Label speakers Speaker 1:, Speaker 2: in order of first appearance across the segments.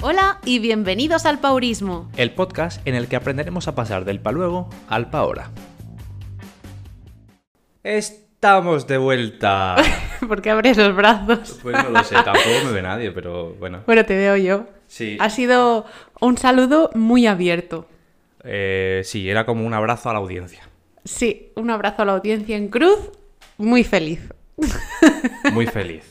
Speaker 1: Hola y bienvenidos al Paurismo.
Speaker 2: el podcast en el que aprenderemos a pasar del pa luego al pa ahora. Estamos de vuelta.
Speaker 1: ¿Por qué abres los brazos?
Speaker 2: Pues no lo sé, tampoco me ve nadie, pero bueno.
Speaker 1: Bueno, te veo yo.
Speaker 2: Sí,
Speaker 1: Ha sido un saludo muy abierto.
Speaker 2: eh, sí, era como un abrazo a la audiencia.
Speaker 1: Sí, un abrazo a la audiencia en cruz, muy feliz.
Speaker 2: Muy feliz.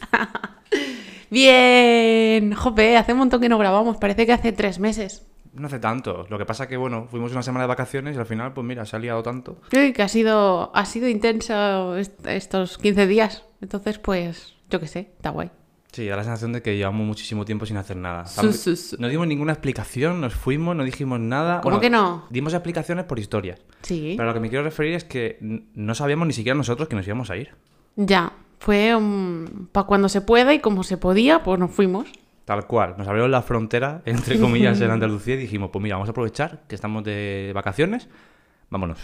Speaker 1: Bien, jope, hace un montón que no grabamos, parece que hace tres meses.
Speaker 2: No hace tanto. Lo que pasa que, bueno, fuimos una semana de vacaciones y al final, pues mira, se ha liado tanto.
Speaker 1: Uy, que ha sido, ha sido intenso est- estos 15 días, entonces pues, yo qué sé, está guay.
Speaker 2: Sí, da la sensación de que llevamos muchísimo tiempo sin hacer nada.
Speaker 1: Su,
Speaker 2: Tamp-
Speaker 1: su, su.
Speaker 2: No dimos ninguna explicación, nos fuimos, no dijimos nada.
Speaker 1: ¿Cómo que no?
Speaker 2: Dimos explicaciones por historias.
Speaker 1: Sí,
Speaker 2: Pero a lo que me quiero referir es que n- no sabíamos ni siquiera nosotros que nos íbamos a ir.
Speaker 1: ya, fue para cuando se pueda y como se podía, pues nos fuimos.
Speaker 2: Tal cual. Nos abrieron la frontera, entre comillas, en Andalucía y dijimos, pues mira, vamos a aprovechar que estamos de vacaciones. Vámonos.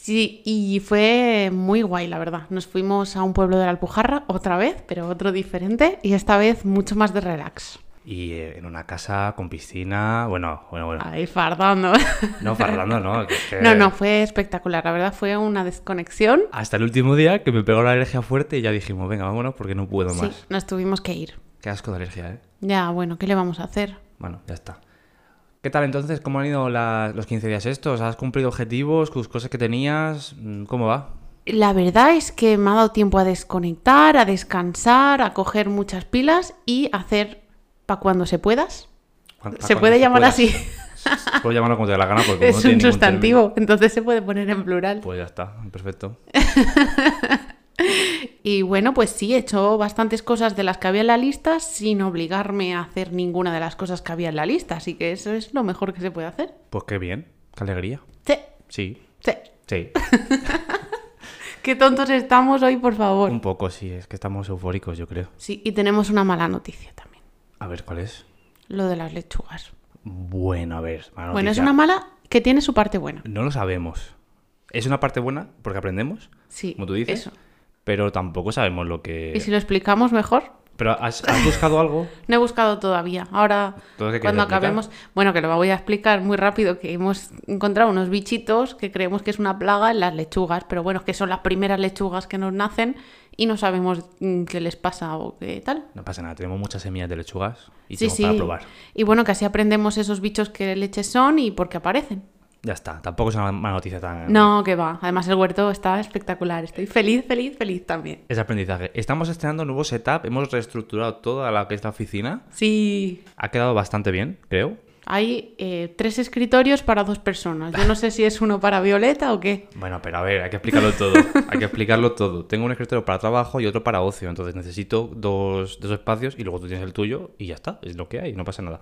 Speaker 1: Sí, y fue muy guay, la verdad. Nos fuimos a un pueblo de la Alpujarra otra vez, pero otro diferente y esta vez mucho más de relax.
Speaker 2: Y eh, en una casa con piscina. Bueno, bueno, bueno.
Speaker 1: Ahí fardando.
Speaker 2: No, Fernando, no. que es que-
Speaker 1: Ah. No, no, fue espectacular. La verdad fue una desconexión.
Speaker 2: Hasta el último día que me pegó la alergia fuerte y ya dijimos, venga, vámonos porque no puedo
Speaker 1: Sí,
Speaker 2: más.
Speaker 1: nos tuvimos que ir.
Speaker 2: Qué asco de alergia, ¿eh?
Speaker 1: Ya, bueno, ¿qué le vamos a hacer?
Speaker 2: Bueno, ya está. ¿Qué tal entonces? ¿Cómo han ido la- los 15 días estos? ¿Has cumplido objetivos, tus cosas que tenías? Mm, ¿Cómo va?
Speaker 1: La verdad es que me ha dado tiempo a desconectar, a descansar, a coger muchas pilas y hacer para cuando se puedas.
Speaker 2: Cuan- pa'
Speaker 1: Se
Speaker 2: cuando
Speaker 1: puede llamar
Speaker 2: puedas.
Speaker 1: así.
Speaker 2: Puedo llamarlo como te dé la gana porque no
Speaker 1: Es
Speaker 2: tiene
Speaker 1: un
Speaker 2: ningún término.
Speaker 1: sustantivo, entonces se puede poner en plural.
Speaker 2: Pues ya está, perfecto.
Speaker 1: Y bueno, pues sí, he hecho bastantes cosas de las que había en la lista sin obligarme a hacer ninguna de las cosas que había en la lista, así que eso es lo mejor que se puede hacer.
Speaker 2: Pues qué bien, qué alegría.
Speaker 1: Sí,
Speaker 2: Sí,
Speaker 1: sí.
Speaker 2: sí.
Speaker 1: Qué tontos estamos hoy, por favor.
Speaker 2: Un poco, sí, es que estamos eufóricos, yo creo.
Speaker 1: Sí, y tenemos una mala noticia también,
Speaker 2: A ver, ¿cuál es?
Speaker 1: lo de las lechugas.
Speaker 2: Bueno, a ver. mala
Speaker 1: Bueno, es
Speaker 2: noticia.
Speaker 1: una mala que tiene su parte buena.
Speaker 2: No lo sabemos. Es una parte buena porque aprendemos,
Speaker 1: Sí,
Speaker 2: como tú dices, Eh,
Speaker 1: eso.
Speaker 2: pero tampoco sabemos lo que...
Speaker 1: Y si lo explicamos mejor,
Speaker 2: Pero ¿has, has buscado algo?
Speaker 1: no he buscado todavía. Ahora,
Speaker 2: ¿Todo que quieres
Speaker 1: cuando
Speaker 2: explicar?
Speaker 1: acabemos, bueno, que lo voy a explicar muy rápido, que hemos encontrado unos bichitos que creemos que es una plaga en las lechugas, pero bueno, es que son las primeras lechugas que nos nacen y no sabemos mm, qué les pasa o qué tal.
Speaker 2: No pasa nada, tenemos muchas semillas de lechugas y
Speaker 1: sí,
Speaker 2: tenemos
Speaker 1: sí.
Speaker 2: para probar.
Speaker 1: Y bueno, que así aprendemos esos bichos que leches son y por qué aparecen.
Speaker 2: Ya está, tampoco es una mala noticia tan...
Speaker 1: No, que va. Además, el huerto está espectacular. Estoy feliz, feliz, feliz también.
Speaker 2: Es aprendizaje. Estamos estrenando un nuevo setup, hemos reestructurado toda la que es la oficina.
Speaker 1: Sí.
Speaker 2: Ha quedado bastante bien, creo.
Speaker 1: Hay eh, tres escritorios para dos personas. Yo no sé si es uno para Violeta o qué.
Speaker 2: Bueno, pero a ver, hay que explicarlo todo. Hay que explicarlo todo. Tengo un escritorio para trabajo y otro para ocio, entonces necesito dos, dos espacios y luego tú tienes el tuyo y ya está, es lo que hay, no pasa nada.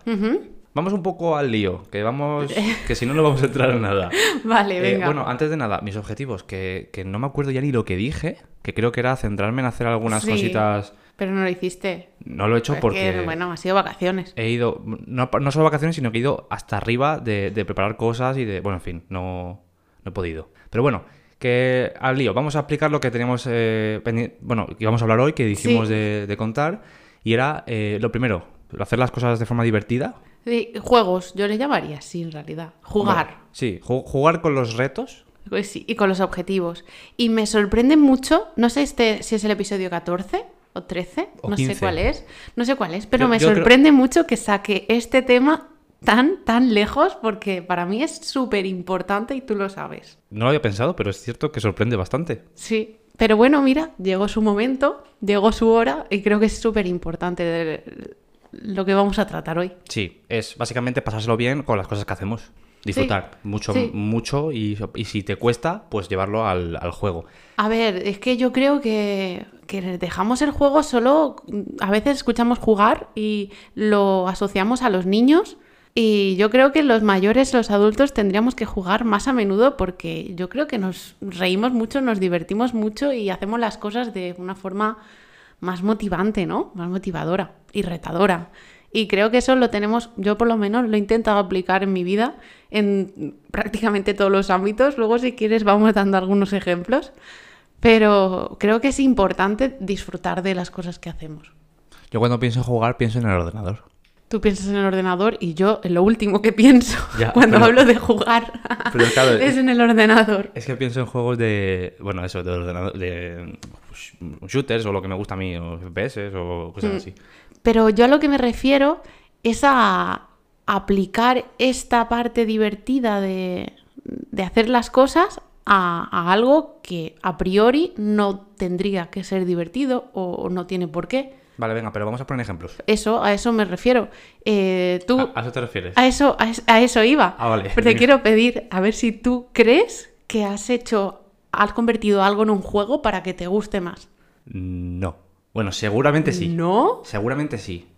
Speaker 2: Vamos un poco al lío, que vamos, que si no no vamos a entrar en nada.
Speaker 1: Vale,
Speaker 2: Eh,
Speaker 1: venga.
Speaker 2: bueno, antes de nada, mis objetivos, que, que no me acuerdo ya ni lo que dije, que creo que era centrarme en hacer algunas
Speaker 1: Sí.
Speaker 2: cositas.
Speaker 1: Pero no lo hiciste.
Speaker 2: No lo he hecho
Speaker 1: Es
Speaker 2: porque Eh.
Speaker 1: que, bueno, ha sido vacaciones.
Speaker 2: he ido, no, no solo vacaciones, sino que he ido hasta arriba de, de preparar cosas y de, bueno, en fin, no, no he podido. Pero bueno, que al lío, vamos a explicar lo que teníamos, eh, pendi- bueno, que íbamos a hablar hoy, que dijimos
Speaker 1: Sí.
Speaker 2: de, de contar, y era eh, lo primero, hacer las cosas de forma divertida.
Speaker 1: Sí, juegos, yo le llamaría así en realidad. Jugar.
Speaker 2: Bueno, sí, ju- jugar con los retos.
Speaker 1: Pues sí, y con los objetivos. Y me sorprende mucho, no sé este, si es el episodio 14 o 13,
Speaker 2: O
Speaker 1: no
Speaker 2: 15.
Speaker 1: sé cuál es, no sé cuál es, pero
Speaker 2: Yo-
Speaker 1: me
Speaker 2: yo creo-
Speaker 1: sorprende mucho que saque este tema tan, tan lejos porque para mí es súper importante y tú lo sabes.
Speaker 2: No lo había pensado, pero es cierto que sorprende bastante.
Speaker 1: Sí, pero bueno, mira, llegó su momento, llegó su hora y creo que es súper importante lo que vamos a tratar hoy.
Speaker 2: Sí, es básicamente pasárselo bien con las cosas que hacemos. Disfrutar mucho,
Speaker 1: sí.
Speaker 2: mucho y, y si te cuesta, pues llevarlo al, al juego.
Speaker 1: A ver, es que yo creo que, que dejamos el juego solo, mm, a veces escuchamos jugar y lo asociamos a los niños y yo creo que los mayores, los adultos tendríamos que jugar más a menudo porque yo creo que nos reímos mucho, nos divertimos mucho y hacemos las cosas de una forma más motivante, ¿no? Más motivadora y retadora. Y creo que eso lo tenemos, yo por lo menos lo he intentado aplicar en mi vida, en prácticamente todos los ámbitos. Luego si quieres vamos dando algunos ejemplos. Pero creo que es importante disfrutar de las cosas que hacemos.
Speaker 2: Yo cuando pienso en jugar pienso en el ordenador.
Speaker 1: Tú piensas en el ordenador y yo en lo último que pienso
Speaker 2: Ya,
Speaker 1: cuando
Speaker 2: pero-
Speaker 1: hablo de jugar
Speaker 2: Pero claro,
Speaker 1: es
Speaker 2: es,
Speaker 1: en el ordenador.
Speaker 2: es que pienso en juegos de. Bueno, eso, de ordenador. de mm, shooters o lo que me gusta a mí, o FPS o cosas
Speaker 1: Mm.
Speaker 2: así.
Speaker 1: Pero yo a lo que me refiero es a aplicar esta parte divertida de, de hacer las cosas a, a algo que a priori no tendría que ser divertido o, o no tiene por qué.
Speaker 2: Vale, venga, pero vamos a poner ejemplos.
Speaker 1: Eso, a eso me refiero. Eh, tú,
Speaker 2: ¿A, a eso te refieres?
Speaker 1: a eso, a, es- a eso iba.
Speaker 2: Ah, vale.
Speaker 1: Pero te quiero pedir, a ver si tú crees que has hecho, has convertido algo en un juego para que te guste más.
Speaker 2: No. Bueno, seguramente sí.
Speaker 1: ¿No?
Speaker 2: Seguramente sí.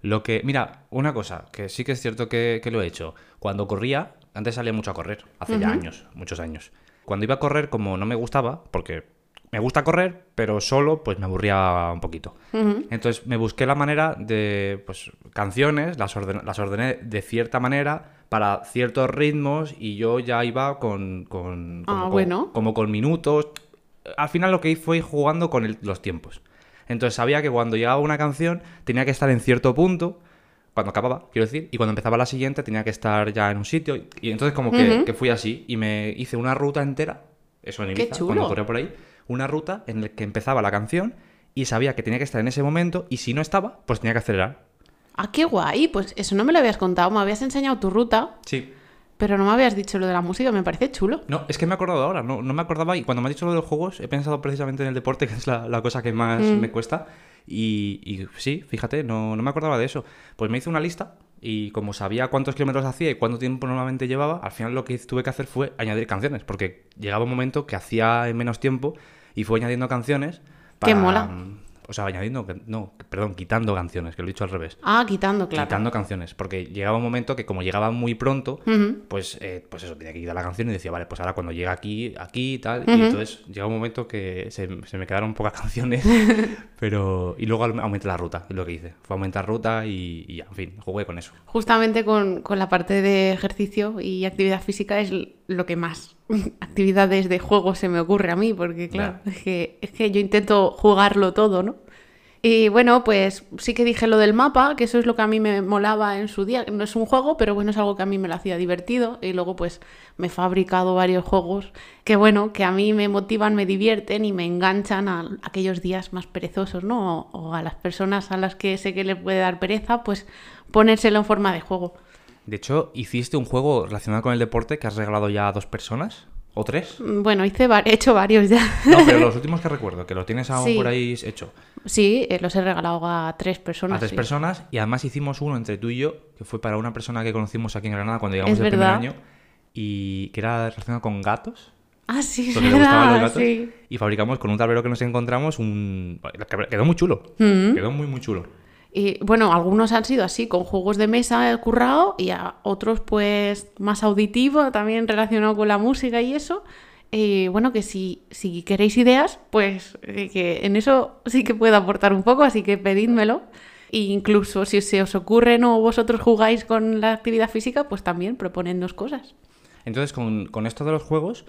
Speaker 2: Lo que. Mira, una cosa, que sí que es cierto que, que lo he hecho. Cuando corría, antes salía mucho a correr, hace ya años, muchos años. Cuando iba a correr, como no me gustaba, porque me gusta correr, pero solo, pues me aburría un poquito. Entonces me busqué la manera de. Pues canciones, las, orden- las ordené de cierta manera, para ciertos ritmos, y yo ya iba con. con-
Speaker 1: Ah,
Speaker 2: con-
Speaker 1: bueno.
Speaker 2: como con minutos. Al final lo que hice fue ir jugando con el- los tiempos. Entonces sabía que cuando llegaba una canción tenía que estar en cierto punto, cuando acababa, quiero decir, y cuando empezaba la siguiente tenía que estar ya en un sitio. Y, y entonces como que, que fui así y me hice una ruta entera, eso en
Speaker 1: ¡Qué
Speaker 2: Ibiza,
Speaker 1: chulo!
Speaker 2: cuando corría por ahí, una ruta en la que empezaba la canción y sabía que tenía que estar en ese momento y si no estaba, pues tenía que acelerar.
Speaker 1: Ah, qué guay. Pues eso no me lo habías contado. Me habías enseñado tu ruta,
Speaker 2: Sí.
Speaker 1: pero no me habías dicho lo de la música. Me parece chulo.
Speaker 2: No, es que me he acordado ahora, no, no me acordaba y cuando me has dicho lo de los juegos he pensado precisamente en el deporte, que es la, la cosa que más
Speaker 1: Mm.
Speaker 2: me cuesta. Y, y sí, fíjate, no, no me acordaba de eso. Pues me hice una lista y como sabía cuántos kilómetros hacía y cuánto tiempo normalmente llevaba, al final lo que tuve que hacer fue añadir canciones, porque llegaba un momento que hacía en menos tiempo y fue añadiendo canciones. mm,
Speaker 1: Qué mola.
Speaker 2: O sea, añadiendo, no, perdón, quitando canciones, que lo he dicho al revés
Speaker 1: Ah, quitando, claro.
Speaker 2: quitando canciones, porque llegaba un momento que como llegaba muy pronto, pues, eh, pues eso, tenía que quitar la canción y decía, vale, pues ahora cuando llega aquí, aquí y tal, y entonces llega un momento que se, se me quedaron pocas canciones, pero... Y luego al- aumenté la ruta, es lo que hice, fue aumentar ruta y, y ya, en fin, jugué con eso.
Speaker 1: Justamente con, con la parte de ejercicio y actividad física es l- lo que más actividades de juego se me ocurre a mí, porque claro, es que, es que yo intento jugarlo todo, ¿no? Y bueno, pues sí que dije lo del mapa, que eso es lo que a mí me molaba en su día. No es un juego, pero bueno, es algo que a mí me lo hacía divertido. Y luego pues me he fabricado varios juegos que bueno, que a mí me motivan, me divierten y me enganchan a aquellos días más perezosos, ¿no? O, o a las personas a las que sé que les puede dar pereza, pues ponérselo en forma de juego.
Speaker 2: De hecho, hiciste un juego relacionado con el deporte que has regalado ya a dos personas, o tres.
Speaker 1: Mm, Bueno, hice va- he hecho varios ya.
Speaker 2: No, pero los últimos que recuerdo, que lo tienes aún
Speaker 1: Sí.
Speaker 2: por ahí hecho.
Speaker 1: Sí, eh, los he regalado a tres personas.
Speaker 2: a tres
Speaker 1: sí.
Speaker 2: personas y además hicimos uno entre tú y yo que fue para una persona que conocimos aquí en Granada cuando
Speaker 1: Es
Speaker 2: llegamos el
Speaker 1: verdad.
Speaker 2: primer año y que era relacionado con gatos
Speaker 1: Ah, sí,
Speaker 2: porque le gustaban los
Speaker 1: ¿verdad?
Speaker 2: gatos
Speaker 1: Sí.
Speaker 2: y fabricamos con un tablero que nos encontramos un quedó muy chulo
Speaker 1: ¿Mm?
Speaker 2: quedó muy muy chulo
Speaker 1: Y bueno, algunos han sido así, con juegos de mesa el currado, y a otros, pues, más auditivo, también relacionado con la música y eso. Eh, bueno, que si, si queréis ideas, pues eh, que en eso sí que puedo aportar un poco, así que pedídmelo. E incluso si se os ocurren o vosotros jugáis con la actividad física, pues también proponednos cosas.
Speaker 2: entonces con, con esto de los juegos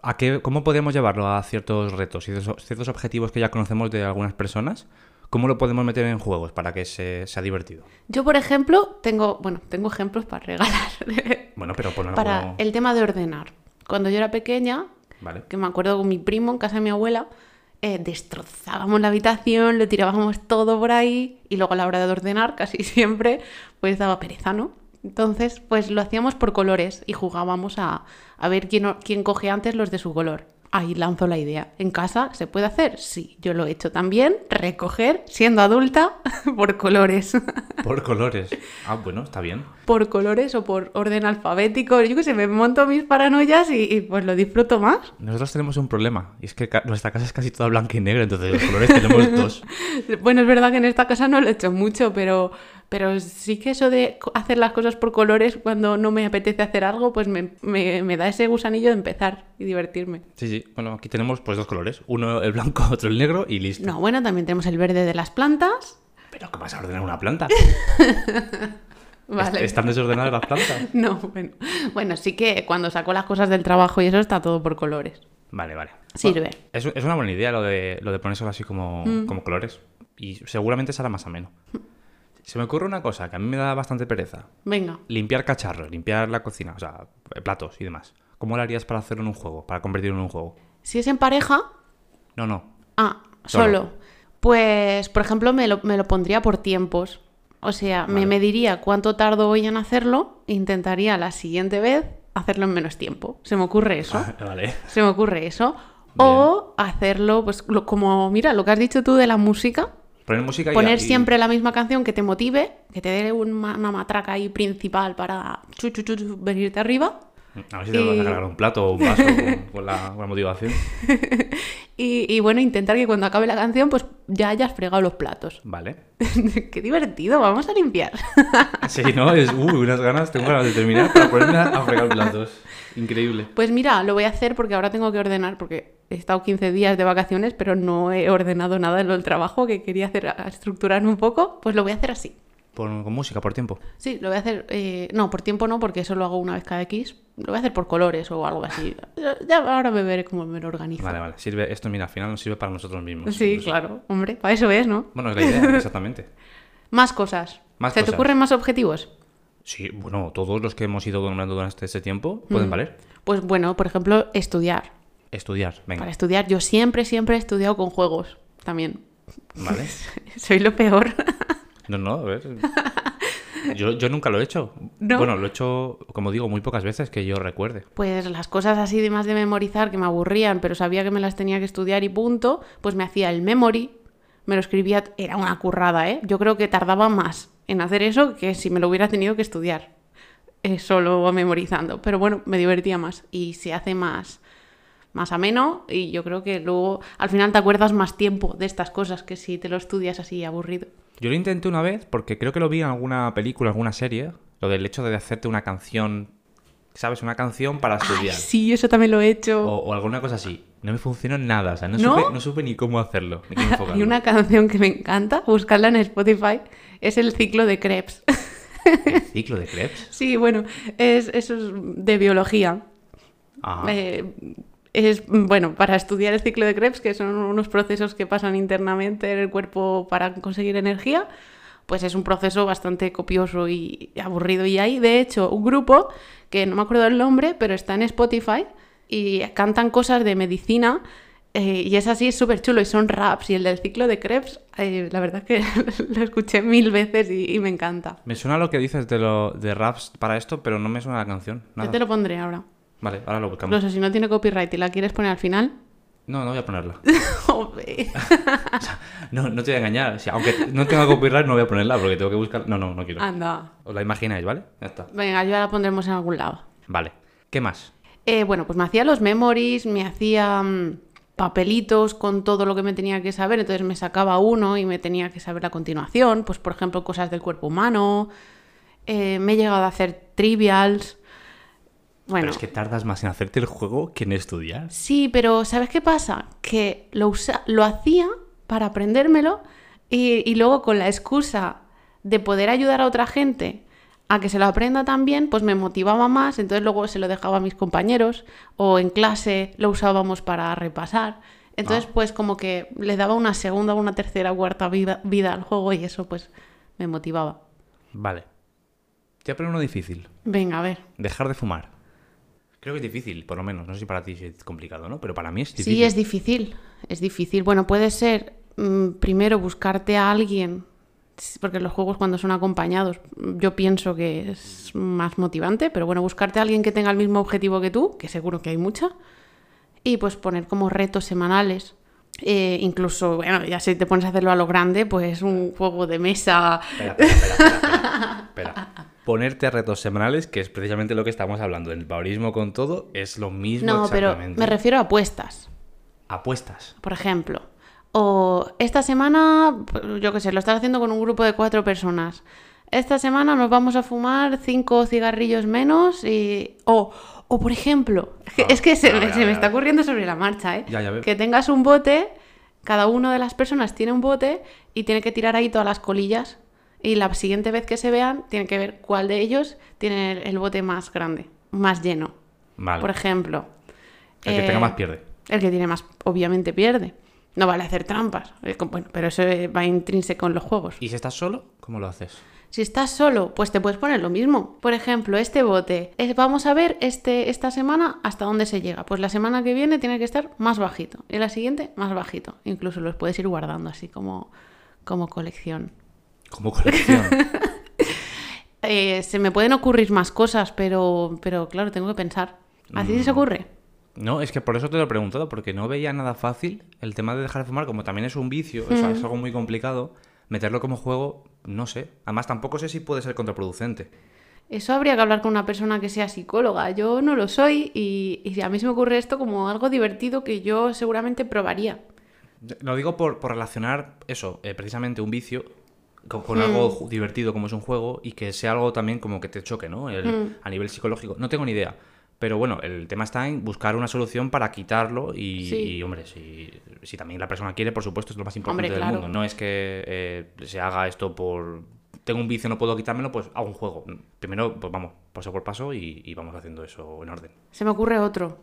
Speaker 2: ¿a qué, ¿cómo podemos llevarlo a ciertos retos y ciertos- ciertos objetivos que ya conocemos de algunas personas? ¿cómo lo podemos meter en juegos para que se, sea divertido?
Speaker 1: Yo, por ejemplo, tengo, bueno, tengo ejemplos para regalar.
Speaker 2: bueno pero ponerlo
Speaker 1: para el tema de ordenar. Cuando yo era pequeña,
Speaker 2: vale
Speaker 1: que me acuerdo con mi primo en casa de mi abuela, eh, destrozábamos la habitación, lo tirábamos todo por ahí y luego a la hora de ordenar casi siempre pues daba pereza, ¿no? Entonces pues lo hacíamos por colores y jugábamos a, a ver quién, o- quién coge antes los de su color. Ahí lanzo la idea. ¿En casa se puede hacer? Sí, yo lo he hecho también. Recoger, siendo adulta, por colores.
Speaker 2: por colores ah bueno está bien
Speaker 1: por colores o por orden alfabético. Yo qué sé, me monto mis paranoias y- y pues lo disfruto más.
Speaker 2: Nosotros tenemos un problema, y es que ca- nuestra casa es casi toda blanca y negra, entonces los colores tenemos dos.
Speaker 1: Bueno, es verdad que en esta casa no lo he hecho mucho, pero, pero sí que eso de co- hacer las cosas por colores cuando no me apetece hacer algo, pues me, me- me da ese gusanillo de empezar y divertirme.
Speaker 2: Sí, sí, bueno, aquí tenemos pues dos colores, uno el blanco, otro el negro y listo.
Speaker 1: No, bueno, también tenemos el verde de las plantas.
Speaker 2: Pero ¿qué vas a ordenar una planta?
Speaker 1: Vale.
Speaker 2: Est- ¿Están desordenadas las plantas?
Speaker 1: No, bueno. Bueno, sí que cuando saco las cosas del trabajo y eso está todo por colores.
Speaker 2: Vale, vale.
Speaker 1: Sirve. Mm.
Speaker 2: Es, es una buena idea lo de, lo de ponérselo así como, como colores y seguramente será más ameno. Se me ocurre una cosa que a mí me da bastante pereza.
Speaker 1: Venga.
Speaker 2: Limpiar cacharros, limpiar la cocina, o sea, platos y demás. ¿Cómo lo harías para hacerlo en un juego, para convertirlo en un juego?
Speaker 1: Si es en pareja,
Speaker 2: No, no.
Speaker 1: Ah,
Speaker 2: Solo.
Speaker 1: solo. Pues, por ejemplo, me lo, me lo pondría por tiempos. O sea,
Speaker 2: Vale.
Speaker 1: me mediría cuánto tardo hoy en hacerlo e intentaría la siguiente vez hacerlo en menos tiempo. Se me ocurre eso.
Speaker 2: Vale.
Speaker 1: Se me ocurre eso. O hacerlo, pues, lo- como, mira, lo que has dicho tú de la música.
Speaker 2: Poner música y-
Speaker 1: Poner
Speaker 2: y-
Speaker 1: siempre la misma canción que te motive, que te dé un ma- una matraca ahí principal para chu, chu, chu, chu, venirte arriba.
Speaker 2: A ver si te vas a
Speaker 1: y-
Speaker 2: cargar un plato o un vaso con, con la, con la motivación.
Speaker 1: Y, y bueno, intentar que cuando acabe la canción, pues ya hayas fregado los platos.
Speaker 2: Vale.
Speaker 1: Qué divertido, vamos a limpiar.
Speaker 2: Sí, ¿no? Es, uy, unas ganas, tengo ganas de terminar para ponerme a fregar platos. Increíble.
Speaker 1: Pues mira, lo voy a hacer porque ahora tengo que ordenar, porque he estado 15 días de vacaciones, pero no he ordenado nada en lo del trabajo, que quería hacer a- estructurarme un poco, pues lo voy a hacer así.
Speaker 2: Por- con música, por tiempo.
Speaker 1: Sí, lo voy a hacer, eh, no, por tiempo no, porque eso lo hago una vez cada X, lo voy a hacer por colores o algo así. Ya- Ya ahora me veré cómo me lo organizo.
Speaker 2: Vale, vale. Sirve, esto, mira, al final nos sirve para nosotros mismos.
Speaker 1: sí,
Speaker 2: incluso.
Speaker 1: claro, hombre, para eso es, ¿no?
Speaker 2: Bueno, es la idea, exactamente.
Speaker 1: Más cosas.
Speaker 2: Más
Speaker 1: ¿Se
Speaker 2: cosas.
Speaker 1: te ocurren más objetivos?
Speaker 2: Sí, bueno, todos los que hemos ido nombrando durante este tiempo pueden valer.
Speaker 1: Pues bueno, por ejemplo, estudiar.
Speaker 2: Estudiar,
Speaker 1: Para
Speaker 2: venga.
Speaker 1: estudiar, yo siempre, siempre he estudiado con juegos también.
Speaker 2: Vale.
Speaker 1: Soy lo peor.
Speaker 2: No, no, a ver. Yo, yo nunca lo he hecho.
Speaker 1: ¿No?
Speaker 2: Bueno, lo he hecho, como digo, muy pocas veces que yo recuerde.
Speaker 1: pues las cosas así de más de memorizar que me aburrían, pero sabía que me las tenía que estudiar y punto, pues me hacía el memory, me lo escribía, era una currada, ¿eh? Yo creo que tardaba más en hacer eso que si me lo hubiera tenido que estudiar eh, solo memorizando, pero bueno, me divertía más y se hace más más ameno y yo creo que luego al final te acuerdas más tiempo de estas cosas que si te lo estudias así aburrido.
Speaker 2: Yo lo intenté una vez porque creo que lo vi en alguna película, alguna serie, lo del hecho de hacerte una canción, ¿sabes? Una canción para
Speaker 1: Ay,
Speaker 2: estudiar.
Speaker 1: sí, eso también lo he hecho.
Speaker 2: o, o alguna cosa así. No me funcionó nada, o sea, no,
Speaker 1: ¿No?
Speaker 2: Supe, no supe ni cómo hacerlo. Ni cómo enfocarlo.
Speaker 1: Hay una canción que me encanta, buscarla en Spotify, es el ciclo de Krebs.
Speaker 2: ¿El ciclo de Krebs?
Speaker 1: sí, bueno, es, eso es de biología.
Speaker 2: Ah,
Speaker 1: Eh, es, bueno, para estudiar el ciclo de Krebs, que son unos procesos que pasan internamente en el cuerpo para conseguir energía, pues es un proceso bastante copioso y aburrido. Y hay, de hecho, un grupo que no me acuerdo el nombre, pero está en Spotify y cantan cosas de medicina. eh, y es así, es súper chulo y son raps. Y el del ciclo de Krebs, eh, la verdad es que lo escuché mil veces y, y me encanta.
Speaker 2: Me suena lo que dices de, lo, de raps para esto, pero no me suena la canción.
Speaker 1: Yo
Speaker 2: Nada.
Speaker 1: te lo pondré ahora.
Speaker 2: Vale, ahora lo buscamos.
Speaker 1: No sé si no tiene copyright y la quieres poner al final.
Speaker 2: No, no voy a ponerla.
Speaker 1: Joder.
Speaker 2: No, no te voy a engañar. O sea, aunque no tenga copyright, no voy a ponerla porque tengo que buscar. No, no, no quiero.
Speaker 1: Anda.
Speaker 2: Os la imagináis, ¿vale? Ya está.
Speaker 1: Venga, ya la pondremos en algún lado.
Speaker 2: Vale. ¿Qué más?
Speaker 1: Eh, bueno, pues me hacía los memories, me hacía mm, papelitos con todo lo que me tenía que saber, entonces me sacaba uno y me tenía que saber la continuación, pues por ejemplo cosas del cuerpo humano, eh, me he llegado a hacer trivials. Bueno,
Speaker 2: Pero es que tardas más en hacerte el juego que en estudiar.
Speaker 1: sí, pero ¿sabes qué pasa? Que lo, usa- lo hacía para aprendérmelo y, y luego con la excusa de poder ayudar a otra gente a que se lo aprenda también, pues me motivaba más, entonces luego se lo dejaba a mis compañeros o en clase lo usábamos para repasar. Entonces,
Speaker 2: Ah.
Speaker 1: pues como que le daba una segunda, una tercera, cuarta vida, vida al juego y eso pues me motivaba.
Speaker 2: Vale. Te voy a poner uno difícil.
Speaker 1: Venga, a ver.
Speaker 2: Dejar de fumar. Creo que es difícil, por lo menos. No sé si para ti es complicado, ¿no? Pero para mí es difícil.
Speaker 1: Sí, es difícil, es difícil. Bueno, puede ser mm, primero buscarte a alguien, s- porque los juegos cuando son acompañados mm, yo pienso que es más motivante, pero bueno, buscarte a alguien que tenga el mismo objetivo que tú, que seguro que hay mucha, y pues poner como retos semanales. Eh, incluso, bueno, ya si te pones a hacerlo a lo grande, pues un juego de mesa.
Speaker 2: Espera, espera, espera, espera, espera, espera. Ponerte retos semanales, que es precisamente lo que estamos hablando. El baurismo con todo es lo mismo
Speaker 1: No, pero
Speaker 2: exactamente.
Speaker 1: me refiero a apuestas.
Speaker 2: Apuestas.
Speaker 1: por ejemplo. O esta semana, yo qué sé, lo estás haciendo con un grupo de cuatro personas. Esta semana nos vamos a fumar cinco cigarrillos menos y... O, o por ejemplo, es que-
Speaker 2: Ah,
Speaker 1: es que se,
Speaker 2: a ver,
Speaker 1: me-
Speaker 2: a
Speaker 1: se
Speaker 2: ver,
Speaker 1: me
Speaker 2: a
Speaker 1: está
Speaker 2: ver.
Speaker 1: ocurriendo sobre la marcha, ¿eh?
Speaker 2: Ya, ya veo.
Speaker 1: Que tengas un bote, cada una de las personas tiene un bote y tiene que tirar ahí todas las colillas. Y la siguiente vez que se vean, tiene que ver cuál de ellos tiene el, el bote más grande, más lleno.
Speaker 2: Vale.
Speaker 1: Por ejemplo.
Speaker 2: El que tenga
Speaker 1: eh,
Speaker 2: más pierde.
Speaker 1: el que tiene más, obviamente, pierde. No vale hacer trampas. Es como- Bueno, pero eso eh, va intrínseco en los juegos.
Speaker 2: ¿Y si estás solo? ¿Cómo lo haces?
Speaker 1: Si estás solo, pues te puedes poner lo mismo. Por ejemplo, este bote. Es- vamos a ver este, esta semana hasta dónde se llega. Pues la semana que viene tiene que estar más bajito. Y la siguiente, más bajito. Incluso los puedes ir guardando así como, como colección.
Speaker 2: Como colección.
Speaker 1: Eh, se me pueden ocurrir más cosas, pero, pero claro, tengo que pensar. ¿Así se ocurre?
Speaker 2: No, es que por eso te lo he preguntado, porque no veía nada fácil el tema de dejar de fumar, como también es un vicio, o sea,
Speaker 1: Mm.
Speaker 2: es algo muy complicado, meterlo como juego, no sé. Además, tampoco sé si puede ser contraproducente.
Speaker 1: Eso habría que hablar con una persona que sea psicóloga. Yo no lo soy y, y a mí se me ocurre esto como algo divertido que yo seguramente probaría.
Speaker 2: Lo digo por, por relacionar eso, eh, precisamente un vicio, con,
Speaker 1: Hmm.
Speaker 2: con algo ju- divertido como es un juego y que sea algo también como que te choque, ¿no? El-
Speaker 1: Hmm.
Speaker 2: A nivel psicológico. No tengo ni idea. Pero bueno, el tema está en buscar una solución para quitarlo y,
Speaker 1: Sí.
Speaker 2: y, hombre, si, si también la persona quiere, por supuesto, es lo más importante
Speaker 1: Hombre,
Speaker 2: del
Speaker 1: claro.
Speaker 2: mundo. No es que eh, se haga esto por... Tengo un vicio, no puedo quitármelo, pues hago un juego. Primero, pues vamos, paso por paso y, y vamos haciendo eso en orden.
Speaker 1: Se me ocurre otro.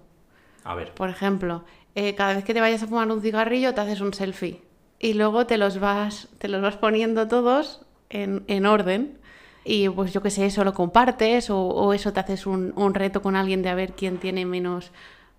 Speaker 2: A ver.
Speaker 1: Por ejemplo, eh, cada vez que te vayas a fumar un cigarrillo te haces un selfie y luego te los vas, te los vas poniendo todos en, en orden y pues yo qué sé, eso lo compartes o, o eso te haces un, un reto con alguien de a ver quién tiene menos,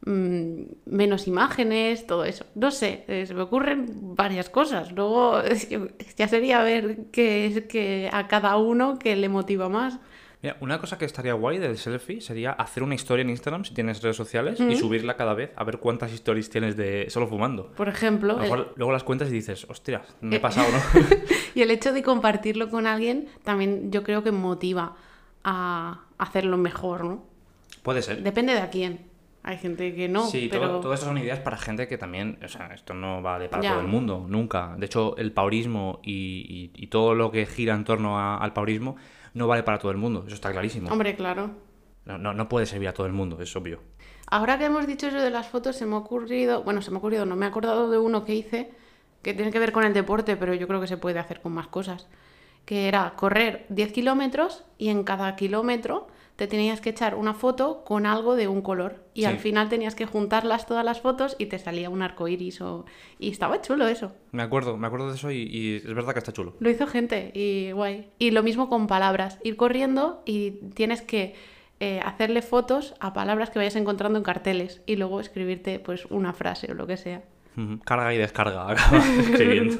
Speaker 1: mm, menos imágenes, todo eso. No sé, eh, se me ocurren varias cosas. Luego ya sería ver qué es que a cada uno que le motiva más.
Speaker 2: Mira, una cosa que estaría guay del selfie sería hacer una historia en Instagram si tienes redes sociales y subirla cada vez a ver cuántas stories tienes de solo fumando.
Speaker 1: Por
Speaker 2: A
Speaker 1: ejemplo,
Speaker 2: lo
Speaker 1: el-
Speaker 2: mejor luego las cuentas y dices, hostias, me he
Speaker 1: Eh.
Speaker 2: pasado, ¿no?
Speaker 1: Y el hecho de compartirlo con alguien también yo creo que motiva a hacerlo mejor, ¿no?
Speaker 2: Puede ser.
Speaker 1: Depende de a quién. Hay gente que no,
Speaker 2: sí,
Speaker 1: pero
Speaker 2: todo, todo esto son ideas para gente que también, o sea, esto no vale para
Speaker 1: Ya.
Speaker 2: todo el mundo, nunca. De hecho, el paurismo y, y- y todo lo que gira en torno a- al paurismo no vale para todo el mundo, eso está clarísimo.
Speaker 1: hombre, claro.
Speaker 2: No, no, no puede servir a todo el mundo, es obvio.
Speaker 1: Ahora que hemos dicho eso de las fotos, se me ha ocurrido, bueno, se me ha ocurrido, no me he acordado de uno que hice que tiene que ver con el deporte, pero yo creo que se puede hacer con más cosas, que era correr 10 kilómetros y en cada kilómetro te tenías que echar una foto con algo de un color y
Speaker 2: Sí.
Speaker 1: al final tenías que juntarlas todas las fotos y te salía un arco iris o... y estaba chulo eso.
Speaker 2: Me acuerdo, me acuerdo de eso y- y es verdad que está chulo.
Speaker 1: Lo hizo gente y guay. Y lo mismo con palabras. Ir corriendo y tienes que eh, hacerle fotos a palabras que vayas encontrando en carteles y luego escribirte pues una frase o lo que sea.
Speaker 2: Ujú, Carga y descarga, acaba escribiendo.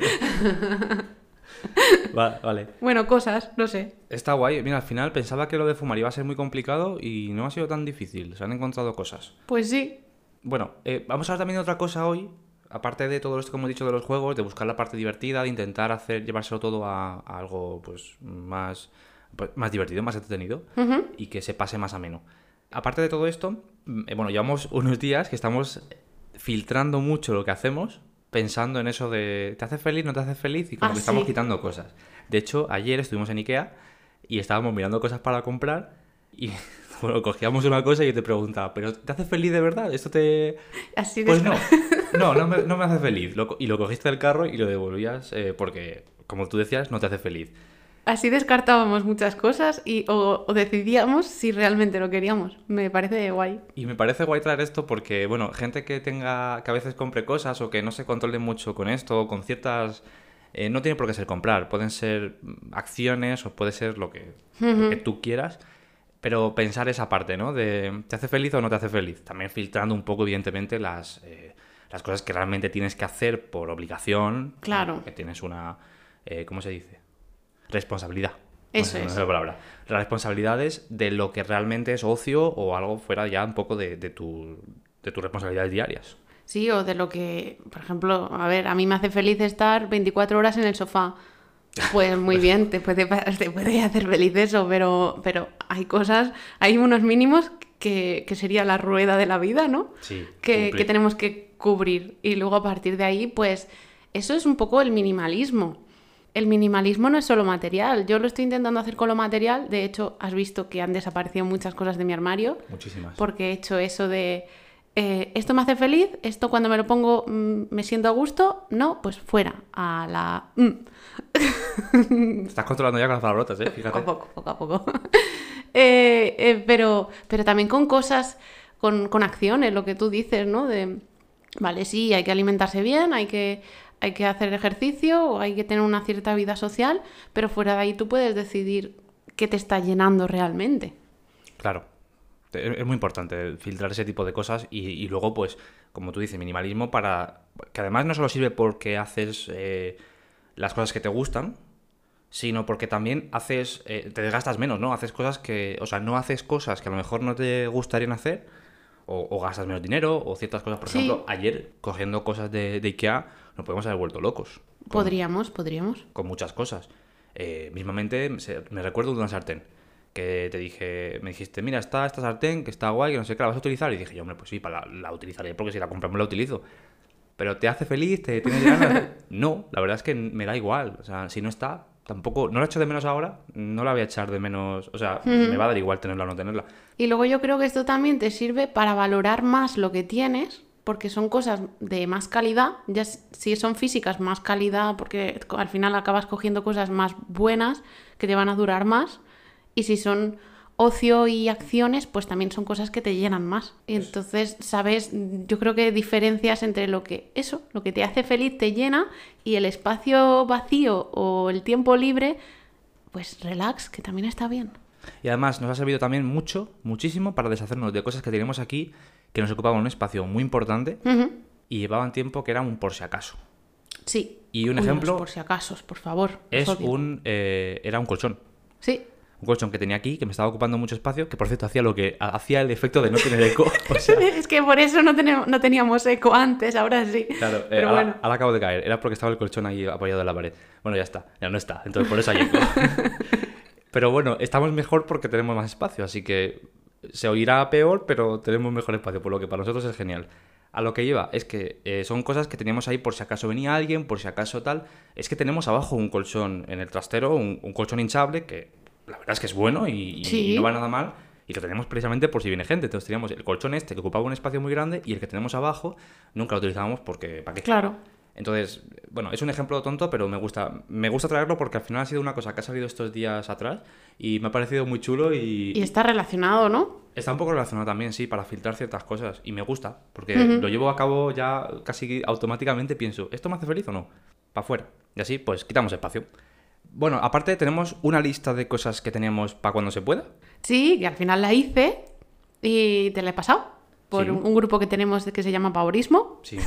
Speaker 2: Va- vale.
Speaker 1: Bueno, cosas, no sé.
Speaker 2: Está guay. Mira, al final pensaba que lo de fumar iba a ser muy complicado y no ha sido tan difícil. Se han encontrado cosas.
Speaker 1: Pues sí.
Speaker 2: Bueno, eh, vamos a hablar también de otra cosa hoy. Aparte de todo esto que hemos dicho de los juegos, de buscar la parte divertida, de intentar hacer, llevárselo todo a, a algo pues más, pues, más divertido, más entretenido y que se pase más ameno. Aparte de todo esto, mm, eh, bueno, llevamos unos días que estamos filtrando mucho lo que hacemos, pensando en eso de ¿te hace feliz? ¿No te hace feliz? Y como
Speaker 1: Ah,
Speaker 2: que estamos
Speaker 1: sí.
Speaker 2: quitando cosas. De hecho, ayer estuvimos en Ikea y estábamos mirando cosas para comprar y bueno, cogíamos una cosa y yo te preguntaba, ¿pero te hace feliz de verdad? ¿Esto te...?
Speaker 1: Así de...
Speaker 2: Pues no, no, no me, no me hace feliz. Lo co- y lo cogiste del carro y lo devolvías eh, porque, como tú decías, no te hace feliz.
Speaker 1: Así descartábamos muchas cosas y o, o decidíamos si realmente lo queríamos. Me parece guay.
Speaker 2: Y me parece guay traer esto porque, bueno, gente que tenga, que a veces compre cosas o que no se controle mucho con esto, o con ciertas... eh, no tiene por qué ser comprar, pueden ser mm, acciones o puede ser lo que, lo que tú quieras, pero pensar esa parte, ¿no? De ¿te hace feliz o no te hace feliz? También filtrando un poco, evidentemente, las, eh, las cosas que realmente tienes que hacer por obligación.
Speaker 1: Claro.
Speaker 2: Que tienes una... eh, ¿Cómo se dice? Responsabilidad.
Speaker 1: Eso
Speaker 2: No sé
Speaker 1: es.
Speaker 2: la palabra. Las responsabilidades de lo que realmente es ocio o algo fuera ya un poco de, de tu, de tus responsabilidades diarias.
Speaker 1: Sí, o de lo que, por ejemplo, a ver, a mí me hace feliz estar 24 horas en el sofá. Pues muy bien, te puede, pa- te puede hacer feliz eso, pero, pero hay cosas, hay unos mínimos que, que sería la rueda de la vida, ¿no?
Speaker 2: Sí.
Speaker 1: Que,
Speaker 2: cumplir.
Speaker 1: que tenemos que cubrir. Y luego a partir de ahí, pues eso es un poco el minimalismo. El minimalismo no es solo material, yo lo estoy intentando hacer con lo material, de hecho has visto que han desaparecido muchas cosas de mi armario,
Speaker 2: Muchísimas.
Speaker 1: porque he hecho eso de eh, esto me hace feliz, esto cuando me lo pongo mm, me siento a gusto, no, pues fuera, a la... mm,
Speaker 2: Te Estás controlando ya con las palabrotas, ¿eh? Fíjate.
Speaker 1: poco a poco, poco a poco. Eh, eh, pero, pero también con cosas, con, con acciones, lo que tú dices, ¿no? De Vale, sí, hay que alimentarse bien, hay que, hay que hacer ejercicio o hay que tener una cierta vida social, pero fuera de ahí tú puedes decidir qué te está llenando realmente.
Speaker 2: Claro. Es es muy importante filtrar ese tipo de cosas y, y luego, pues, como tú dices, minimalismo para... Que además no solo sirve porque haces eh, las cosas que te gustan, sino porque también haces... eh, te desgastas menos, ¿no? Haces cosas que... O sea, no haces cosas que a lo mejor no te gustarían hacer o, o gastas menos dinero o ciertas cosas. Por
Speaker 1: Sí.
Speaker 2: ejemplo, ayer, cogiendo cosas de, de Ikea, nos podemos haber vuelto locos. Con-
Speaker 1: Podríamos, podríamos.
Speaker 2: con muchas cosas. Eh, mismamente se- me recuerdo de una sartén que te dije, me dijiste, mira, está esta sartén que está guay, que no sé qué, la vas a utilizar. Y dije, yo, hombre, pues sí, para la, la utilizaré porque si la compramos la utilizo. Pero te hace feliz, te tienes ganas. no, la verdad es que me da igual. O sea, si no está, tampoco, no la echo de menos ahora, no la voy a echar de menos. O sea, me va a dar igual tenerla o no tenerla.
Speaker 1: Y luego yo creo que esto también te sirve para valorar más lo que tienes, porque son cosas de más calidad, ya s- si son físicas más calidad, porque co- al final acabas cogiendo cosas más buenas que te van a durar más, y si son ocio y acciones, pues también son cosas que te llenan más. Y entonces, sabes, yo creo que diferencias entre lo que eso, lo que te hace feliz te llena y el espacio vacío o el tiempo libre, pues relax, que también está bien.
Speaker 2: Y además nos ha servido también mucho, muchísimo, para deshacernos de cosas que tenemos aquí que nos ocupaban un espacio muy importante
Speaker 1: Ujú.
Speaker 2: y llevaban tiempo que era un por si acaso.
Speaker 1: Sí.
Speaker 2: Y un
Speaker 1: Uy,
Speaker 2: ejemplo-
Speaker 1: los por si acaso, por favor.
Speaker 2: Es
Speaker 1: los odio.
Speaker 2: un. eh, era un colchón.
Speaker 1: Sí.
Speaker 2: Un colchón que tenía aquí, que me estaba ocupando mucho espacio, que por cierto hacía lo que. hacía el efecto de no tener eco. O sea,
Speaker 1: Es que por eso no, tenemos, no teníamos eco antes, ahora sí.
Speaker 2: claro, eh,
Speaker 1: Pero
Speaker 2: ahora,
Speaker 1: bueno.
Speaker 2: ahora acabo de caer. Era porque estaba el colchón ahí apoyado en la pared. Bueno, ya está. Ya no está. Entonces por eso hay eco. pero bueno, estamos mejor porque tenemos más espacio, así que se oirá peor, pero tenemos mejor espacio, por lo que para nosotros es genial. A lo que lleva es que eh, son cosas que teníamos ahí por si acaso venía alguien, por si acaso tal. Es que tenemos abajo un colchón en el trastero, un, un colchón hinchable que la verdad es que es bueno y, y
Speaker 1: Sí.
Speaker 2: no va nada mal. Y lo tenemos precisamente por si viene gente. Entonces teníamos el colchón este que ocupaba un espacio muy grande y el que tenemos abajo nunca lo utilizábamos porque ¿para qué?
Speaker 1: Claro.
Speaker 2: Entonces, bueno, es un ejemplo tonto, pero me gusta, me gusta traerlo porque al final ha sido una cosa que ha salido estos días atrás y me ha parecido muy chulo y,
Speaker 1: Y está relacionado, ¿no?
Speaker 2: está un poco relacionado también, sí, para filtrar ciertas cosas y me gusta porque lo llevo a cabo ya casi automáticamente pienso, ¿esto me hace feliz o no? Para afuera. Y así, pues quitamos espacio. Bueno, aparte tenemos una lista de cosas que tenemos para cuando se pueda.
Speaker 1: Sí, que al final la hice y te la he pasado por
Speaker 2: Sí.
Speaker 1: un, un grupo que tenemos que se llama Paurismo
Speaker 2: Sí.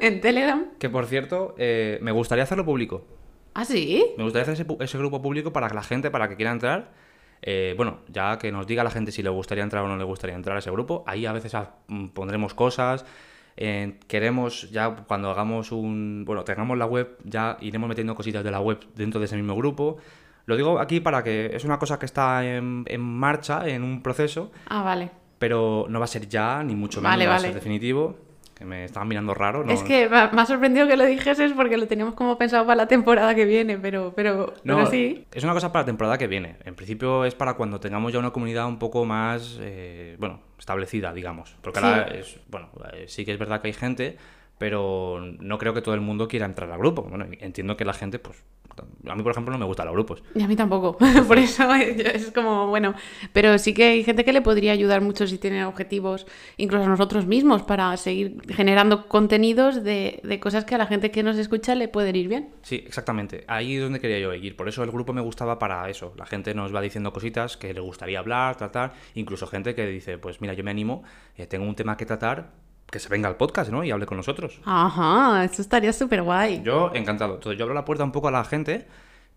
Speaker 1: en Telegram.
Speaker 2: que por cierto, eh, me gustaría hacerlo público.
Speaker 1: Ah, sí.
Speaker 2: Me gustaría hacer ese, pu- ese grupo público para que la gente, para que quiera entrar. eh, bueno, ya que nos diga la gente si le gustaría entrar o no le gustaría entrar a ese grupo. Ahí a veces ah, mm, pondremos cosas. eh, queremos ya cuando hagamos un. Bueno, tengamos la web, ya iremos metiendo cositas de la web dentro de ese mismo grupo. Lo digo aquí para que es una cosa que está en, en marcha, en un proceso,
Speaker 1: Ah, vale.
Speaker 2: pero no va a ser ya, ni mucho menos,
Speaker 1: Vale,
Speaker 2: no va a
Speaker 1: vale.
Speaker 2: ser definitivo. Que me estaban mirando raro, ¿no?
Speaker 1: Es que me ha me ha sorprendido que lo dijeses porque lo teníamos como pensado para la temporada que viene, pero, pero, pero sí.
Speaker 2: es una cosa para la temporada que viene. En principio es para cuando tengamos ya una comunidad un poco más, eh, bueno, establecida, digamos. Porque ahora
Speaker 1: Sí.
Speaker 2: es, bueno, eh, sí que es verdad que hay gente, pero no creo que todo el mundo quiera entrar al grupo. Bueno, entiendo que la gente, pues, a mí por ejemplo no me gustan los grupos.
Speaker 1: Y a mí tampoco, por eso es como, bueno, pero sí que hay gente que le podría ayudar mucho si tienen objetivos, incluso a nosotros mismos, para seguir generando contenidos de, de cosas que a la gente que nos escucha le pueden ir bien.
Speaker 2: Sí, exactamente. Ahí es donde quería yo ir. Por eso el grupo me gustaba para eso. La gente nos va diciendo cositas que le gustaría hablar, tratar. Incluso gente que dice, pues mira, yo me animo, eh, tengo un tema que tratar, que se venga al podcast, ¿no? Y hable con nosotros.
Speaker 1: Ajá, eso estaría súper guay.
Speaker 2: Yo encantado. Entonces yo abro la puerta un poco a la gente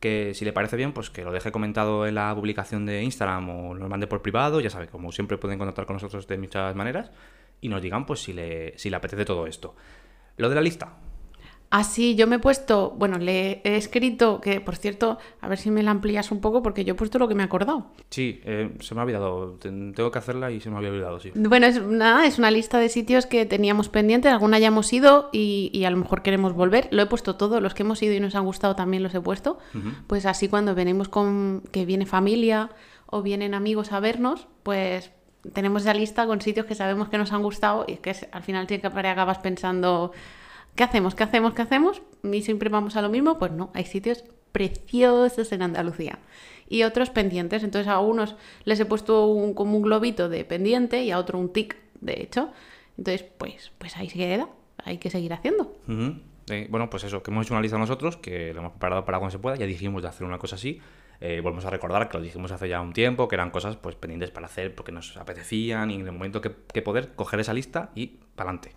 Speaker 2: que si le parece bien, pues que lo deje comentado en la publicación de Instagram o nos mande por privado, ya sabe, como siempre pueden contactar con nosotros de muchas maneras y nos digan pues si le, si le apetece todo esto. Lo de la lista.
Speaker 1: Así Ah, yo me he puesto, bueno, le he escrito, que por cierto, a ver si me la amplías un poco porque yo he puesto lo que me he acordado.
Speaker 2: Sí, eh, se me ha olvidado. Ten- Tengo que hacerla y se me había olvidado, sí.
Speaker 1: Bueno, es nada, es una lista de sitios que teníamos pendientes, alguna ya hemos ido y, y a lo mejor queremos volver. Lo he puesto todo, los que hemos ido y nos han gustado también los he puesto. Pues así cuando venimos con que viene familia o vienen amigos a vernos, pues tenemos esa lista con sitios que sabemos que nos han gustado y es que es- al final siempre acabas pensando, ¿qué hacemos? ¿Qué hacemos? ¿Qué hacemos? Y siempre vamos a lo mismo, pues no, hay sitios preciosos en Andalucía y otros pendientes. Entonces a unos les he puesto un, como un globito de pendiente y a otro un tic, de hecho. Entonces, pues, pues ahí se queda. hay que seguir haciendo.
Speaker 2: Ujú. Eh, bueno, pues eso, que hemos hecho una lista nosotros, que lo hemos preparado para cuando se pueda, ya dijimos de hacer una cosa así. Eh, volvemos a recordar que lo dijimos hace ya un tiempo, que eran cosas pues pendientes para hacer porque nos apetecían y en el momento que, que poder coger esa lista y para adelante.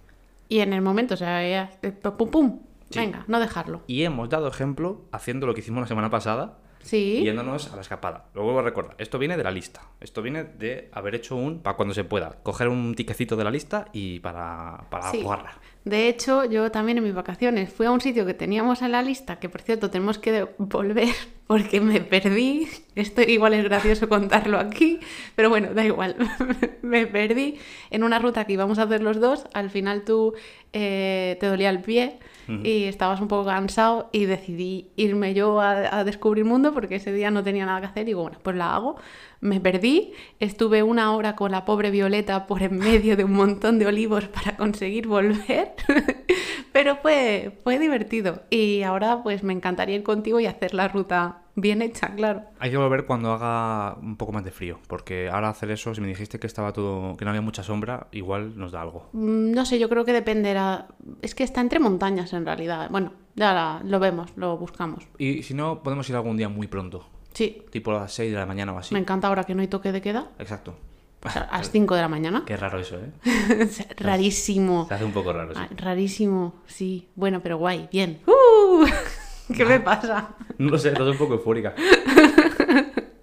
Speaker 1: Y en el momento, o sea, ya- eh, pum, pum,
Speaker 2: Sí.
Speaker 1: venga, no dejarlo.
Speaker 2: Y hemos dado ejemplo haciendo lo que hicimos la semana pasada,
Speaker 1: Sí,
Speaker 2: yéndonos a la escapada. Lo vuelvo a recordar, esto viene de la lista. Esto viene de haber hecho un, para cuando se pueda, coger un tiquecito de la lista y para, para
Speaker 1: Sí.
Speaker 2: jugarla.
Speaker 1: de hecho, yo también en mis vacaciones fui a un sitio que teníamos en la lista, que por cierto tenemos que de- volver porque me perdí. Esto igual es gracioso contarlo aquí, pero bueno, da igual. me perdí en una ruta que íbamos a hacer los dos. Al final tú eh, te dolía el pie y estabas un poco cansado y decidí irme yo a, a descubrir mundo porque ese día no tenía nada que hacer. Y digo, bueno, pues la hago. Me perdí, estuve una hora con la pobre Violeta por en medio de un montón de olivos para conseguir volver, pero fue, fue divertido. Y ahora pues me encantaría ir contigo y hacer la ruta bien hecha, claro.
Speaker 2: Hay que volver cuando haga un poco más de frío, porque ahora hacer eso, si me dijiste que estaba todo, que no había mucha sombra, igual nos da algo.
Speaker 1: Mm, No sé, yo creo que dependerá. Es que está entre montañas en realidad. Bueno, ya la- lo vemos, lo buscamos.
Speaker 2: Y si no, podemos ir algún día muy pronto,
Speaker 1: Sí,
Speaker 2: tipo a las 6 de la mañana o así.
Speaker 1: me encanta ahora que no hay toque de queda.
Speaker 2: Exacto.
Speaker 1: O sea, a las 5 de la mañana.
Speaker 2: Qué raro eso, ¿eh?
Speaker 1: Rarísimo.
Speaker 2: Se hace un poco raro, sí.
Speaker 1: Ah, rarísimo, sí. Bueno, pero guay, bien. ¡Uh! ¿Qué
Speaker 2: Ah,
Speaker 1: me pasa?
Speaker 2: No lo sé, estoy un poco eufórica.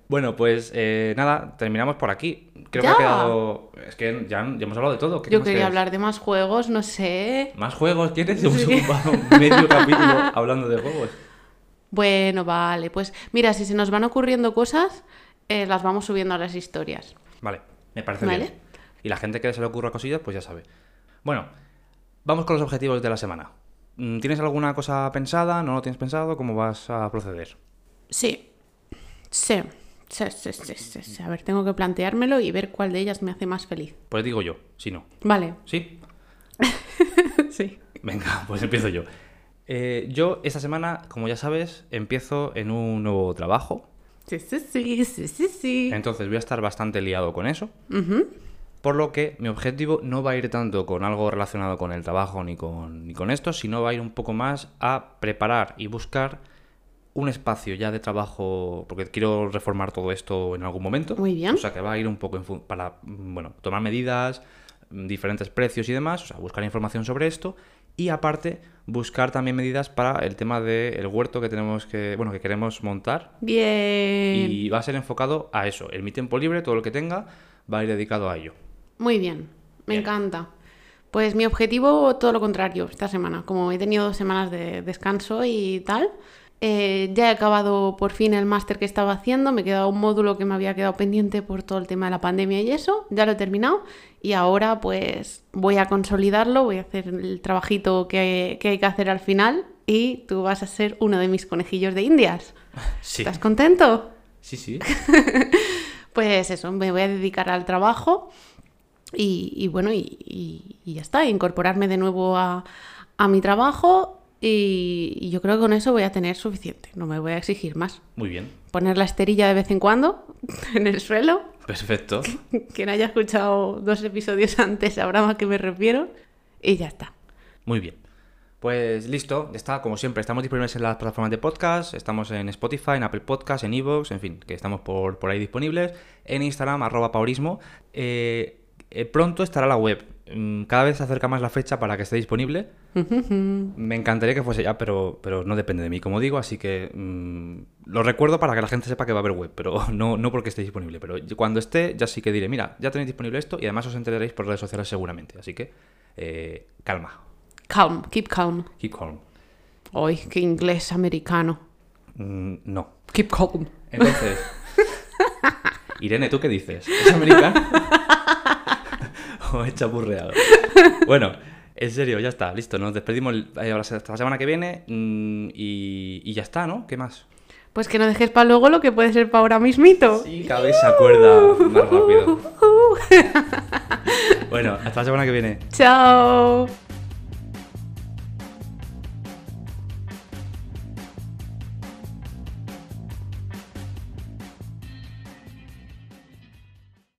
Speaker 2: Bueno, pues eh, nada, terminamos por aquí. Creo que
Speaker 1: Ya.
Speaker 2: ha quedado. Es que ya, ya hemos hablado de todo. ¿Qué
Speaker 1: Yo
Speaker 2: más
Speaker 1: quería
Speaker 2: quieres?
Speaker 1: hablar de más juegos, no sé.
Speaker 2: ¿Más juegos quieres? Hemos
Speaker 1: Sí.
Speaker 2: ocupado medio capítulo hablando de juegos.
Speaker 1: Bueno, vale, pues mira, si se nos van ocurriendo cosas, eh, las vamos subiendo a las historias.
Speaker 2: Vale, me parece
Speaker 1: Vale.
Speaker 2: bien. Y la gente que se le ocurra cosillas, pues ya sabe. Bueno, vamos con los objetivos de la semana. Mm, ¿Tienes alguna cosa pensada? ¿No lo tienes pensado? ¿Cómo vas a proceder?
Speaker 1: Sí. Sí. Sí, sí, sí, sí, sí. A ver, tengo que planteármelo y ver cuál de ellas me hace más feliz.
Speaker 2: Pues digo yo, si no.
Speaker 1: Vale,
Speaker 2: ¿Sí?
Speaker 1: sí.
Speaker 2: Venga, pues empiezo yo. Eh, yo esta semana, como ya sabes, empiezo en un nuevo trabajo.
Speaker 1: Sí, sí, sí, sí, sí, sí.
Speaker 2: Entonces voy a estar bastante liado con eso.
Speaker 1: Ujú.
Speaker 2: Por lo que mi objetivo no va a ir tanto con algo relacionado con el trabajo ni con, ni con esto, sino va a ir un poco más a preparar y buscar un espacio ya de trabajo, porque quiero reformar todo esto en algún momento.
Speaker 1: Muy bien.
Speaker 2: O sea que va a ir un poco en fun- para, mm, bueno, tomar medidas, mm, diferentes precios y demás, o sea, buscar información sobre esto y aparte buscar también medidas para el tema del huerto que tenemos que, bueno, que queremos montar
Speaker 1: Bien.
Speaker 2: y va a ser enfocado a eso. En mi tiempo libre, todo lo que tenga, va a ir dedicado a ello.
Speaker 1: Muy bien, me
Speaker 2: Bien.
Speaker 1: encanta. Pues mi objetivo, todo lo contrario, esta semana. Como he tenido dos semanas de descanso y tal, eh, ya he acabado por fin el máster que estaba haciendo, me quedaba un módulo que me había quedado pendiente por todo el tema de la pandemia y eso, ya lo he terminado y ahora pues voy a consolidarlo, voy a hacer el trabajito que, que hay que hacer al final y tú vas a ser uno de mis conejillos de indias.
Speaker 2: Sí,
Speaker 1: ¿Estás contento?
Speaker 2: sí, sí.
Speaker 1: Pues eso, me voy a dedicar al trabajo y, y bueno, y, y- y ya está, incorporarme de nuevo a, a mi trabajo y, y yo creo que con eso voy a tener suficiente, no me voy a exigir más.
Speaker 2: Muy bien,
Speaker 1: Poner la esterilla de vez en cuando en el suelo.
Speaker 2: perfecto.
Speaker 1: Quien haya escuchado dos episodios antes sabrá a qué me refiero. Y ya está.
Speaker 2: Muy bien. Pues listo, ya está, como siempre, estamos disponibles en las plataformas de podcast, estamos en Spotify, en Apple Podcast, en Evox, en fin, que estamos por, por ahí disponibles, en Instagram, arroba paurismo. Eh, eh, pronto estará la web, Mm, cada vez se acerca más la fecha para que esté disponible. Me encantaría que fuese ya, pero, pero no depende de mí, como digo, así que mm, lo recuerdo para que la gente sepa que va a haber web, pero no, no porque esté disponible, pero cuando esté ya sí que diré, mira, ya tenéis disponible esto y además os enteraréis por redes sociales seguramente, así que eh, calma,
Speaker 1: Calm, keep calm.
Speaker 2: keep calm.
Speaker 1: Ay, qué inglés americano.
Speaker 2: Mm, no.
Speaker 1: Keep calm.
Speaker 2: Entonces, Irene, ¿tú qué dices? ¿Es americano? o es chapurreado. Bueno, en serio, ya está, listo, nos despedimos eh, hasta la semana que viene mm, y, y ya está, ¿no? ¿Qué más?
Speaker 1: Pues que no dejes para luego lo que puede ser para ahora mismito. Uh,
Speaker 2: Sí, cada vez se acuerda más rápido. Bueno, hasta la semana que viene.
Speaker 1: Chao.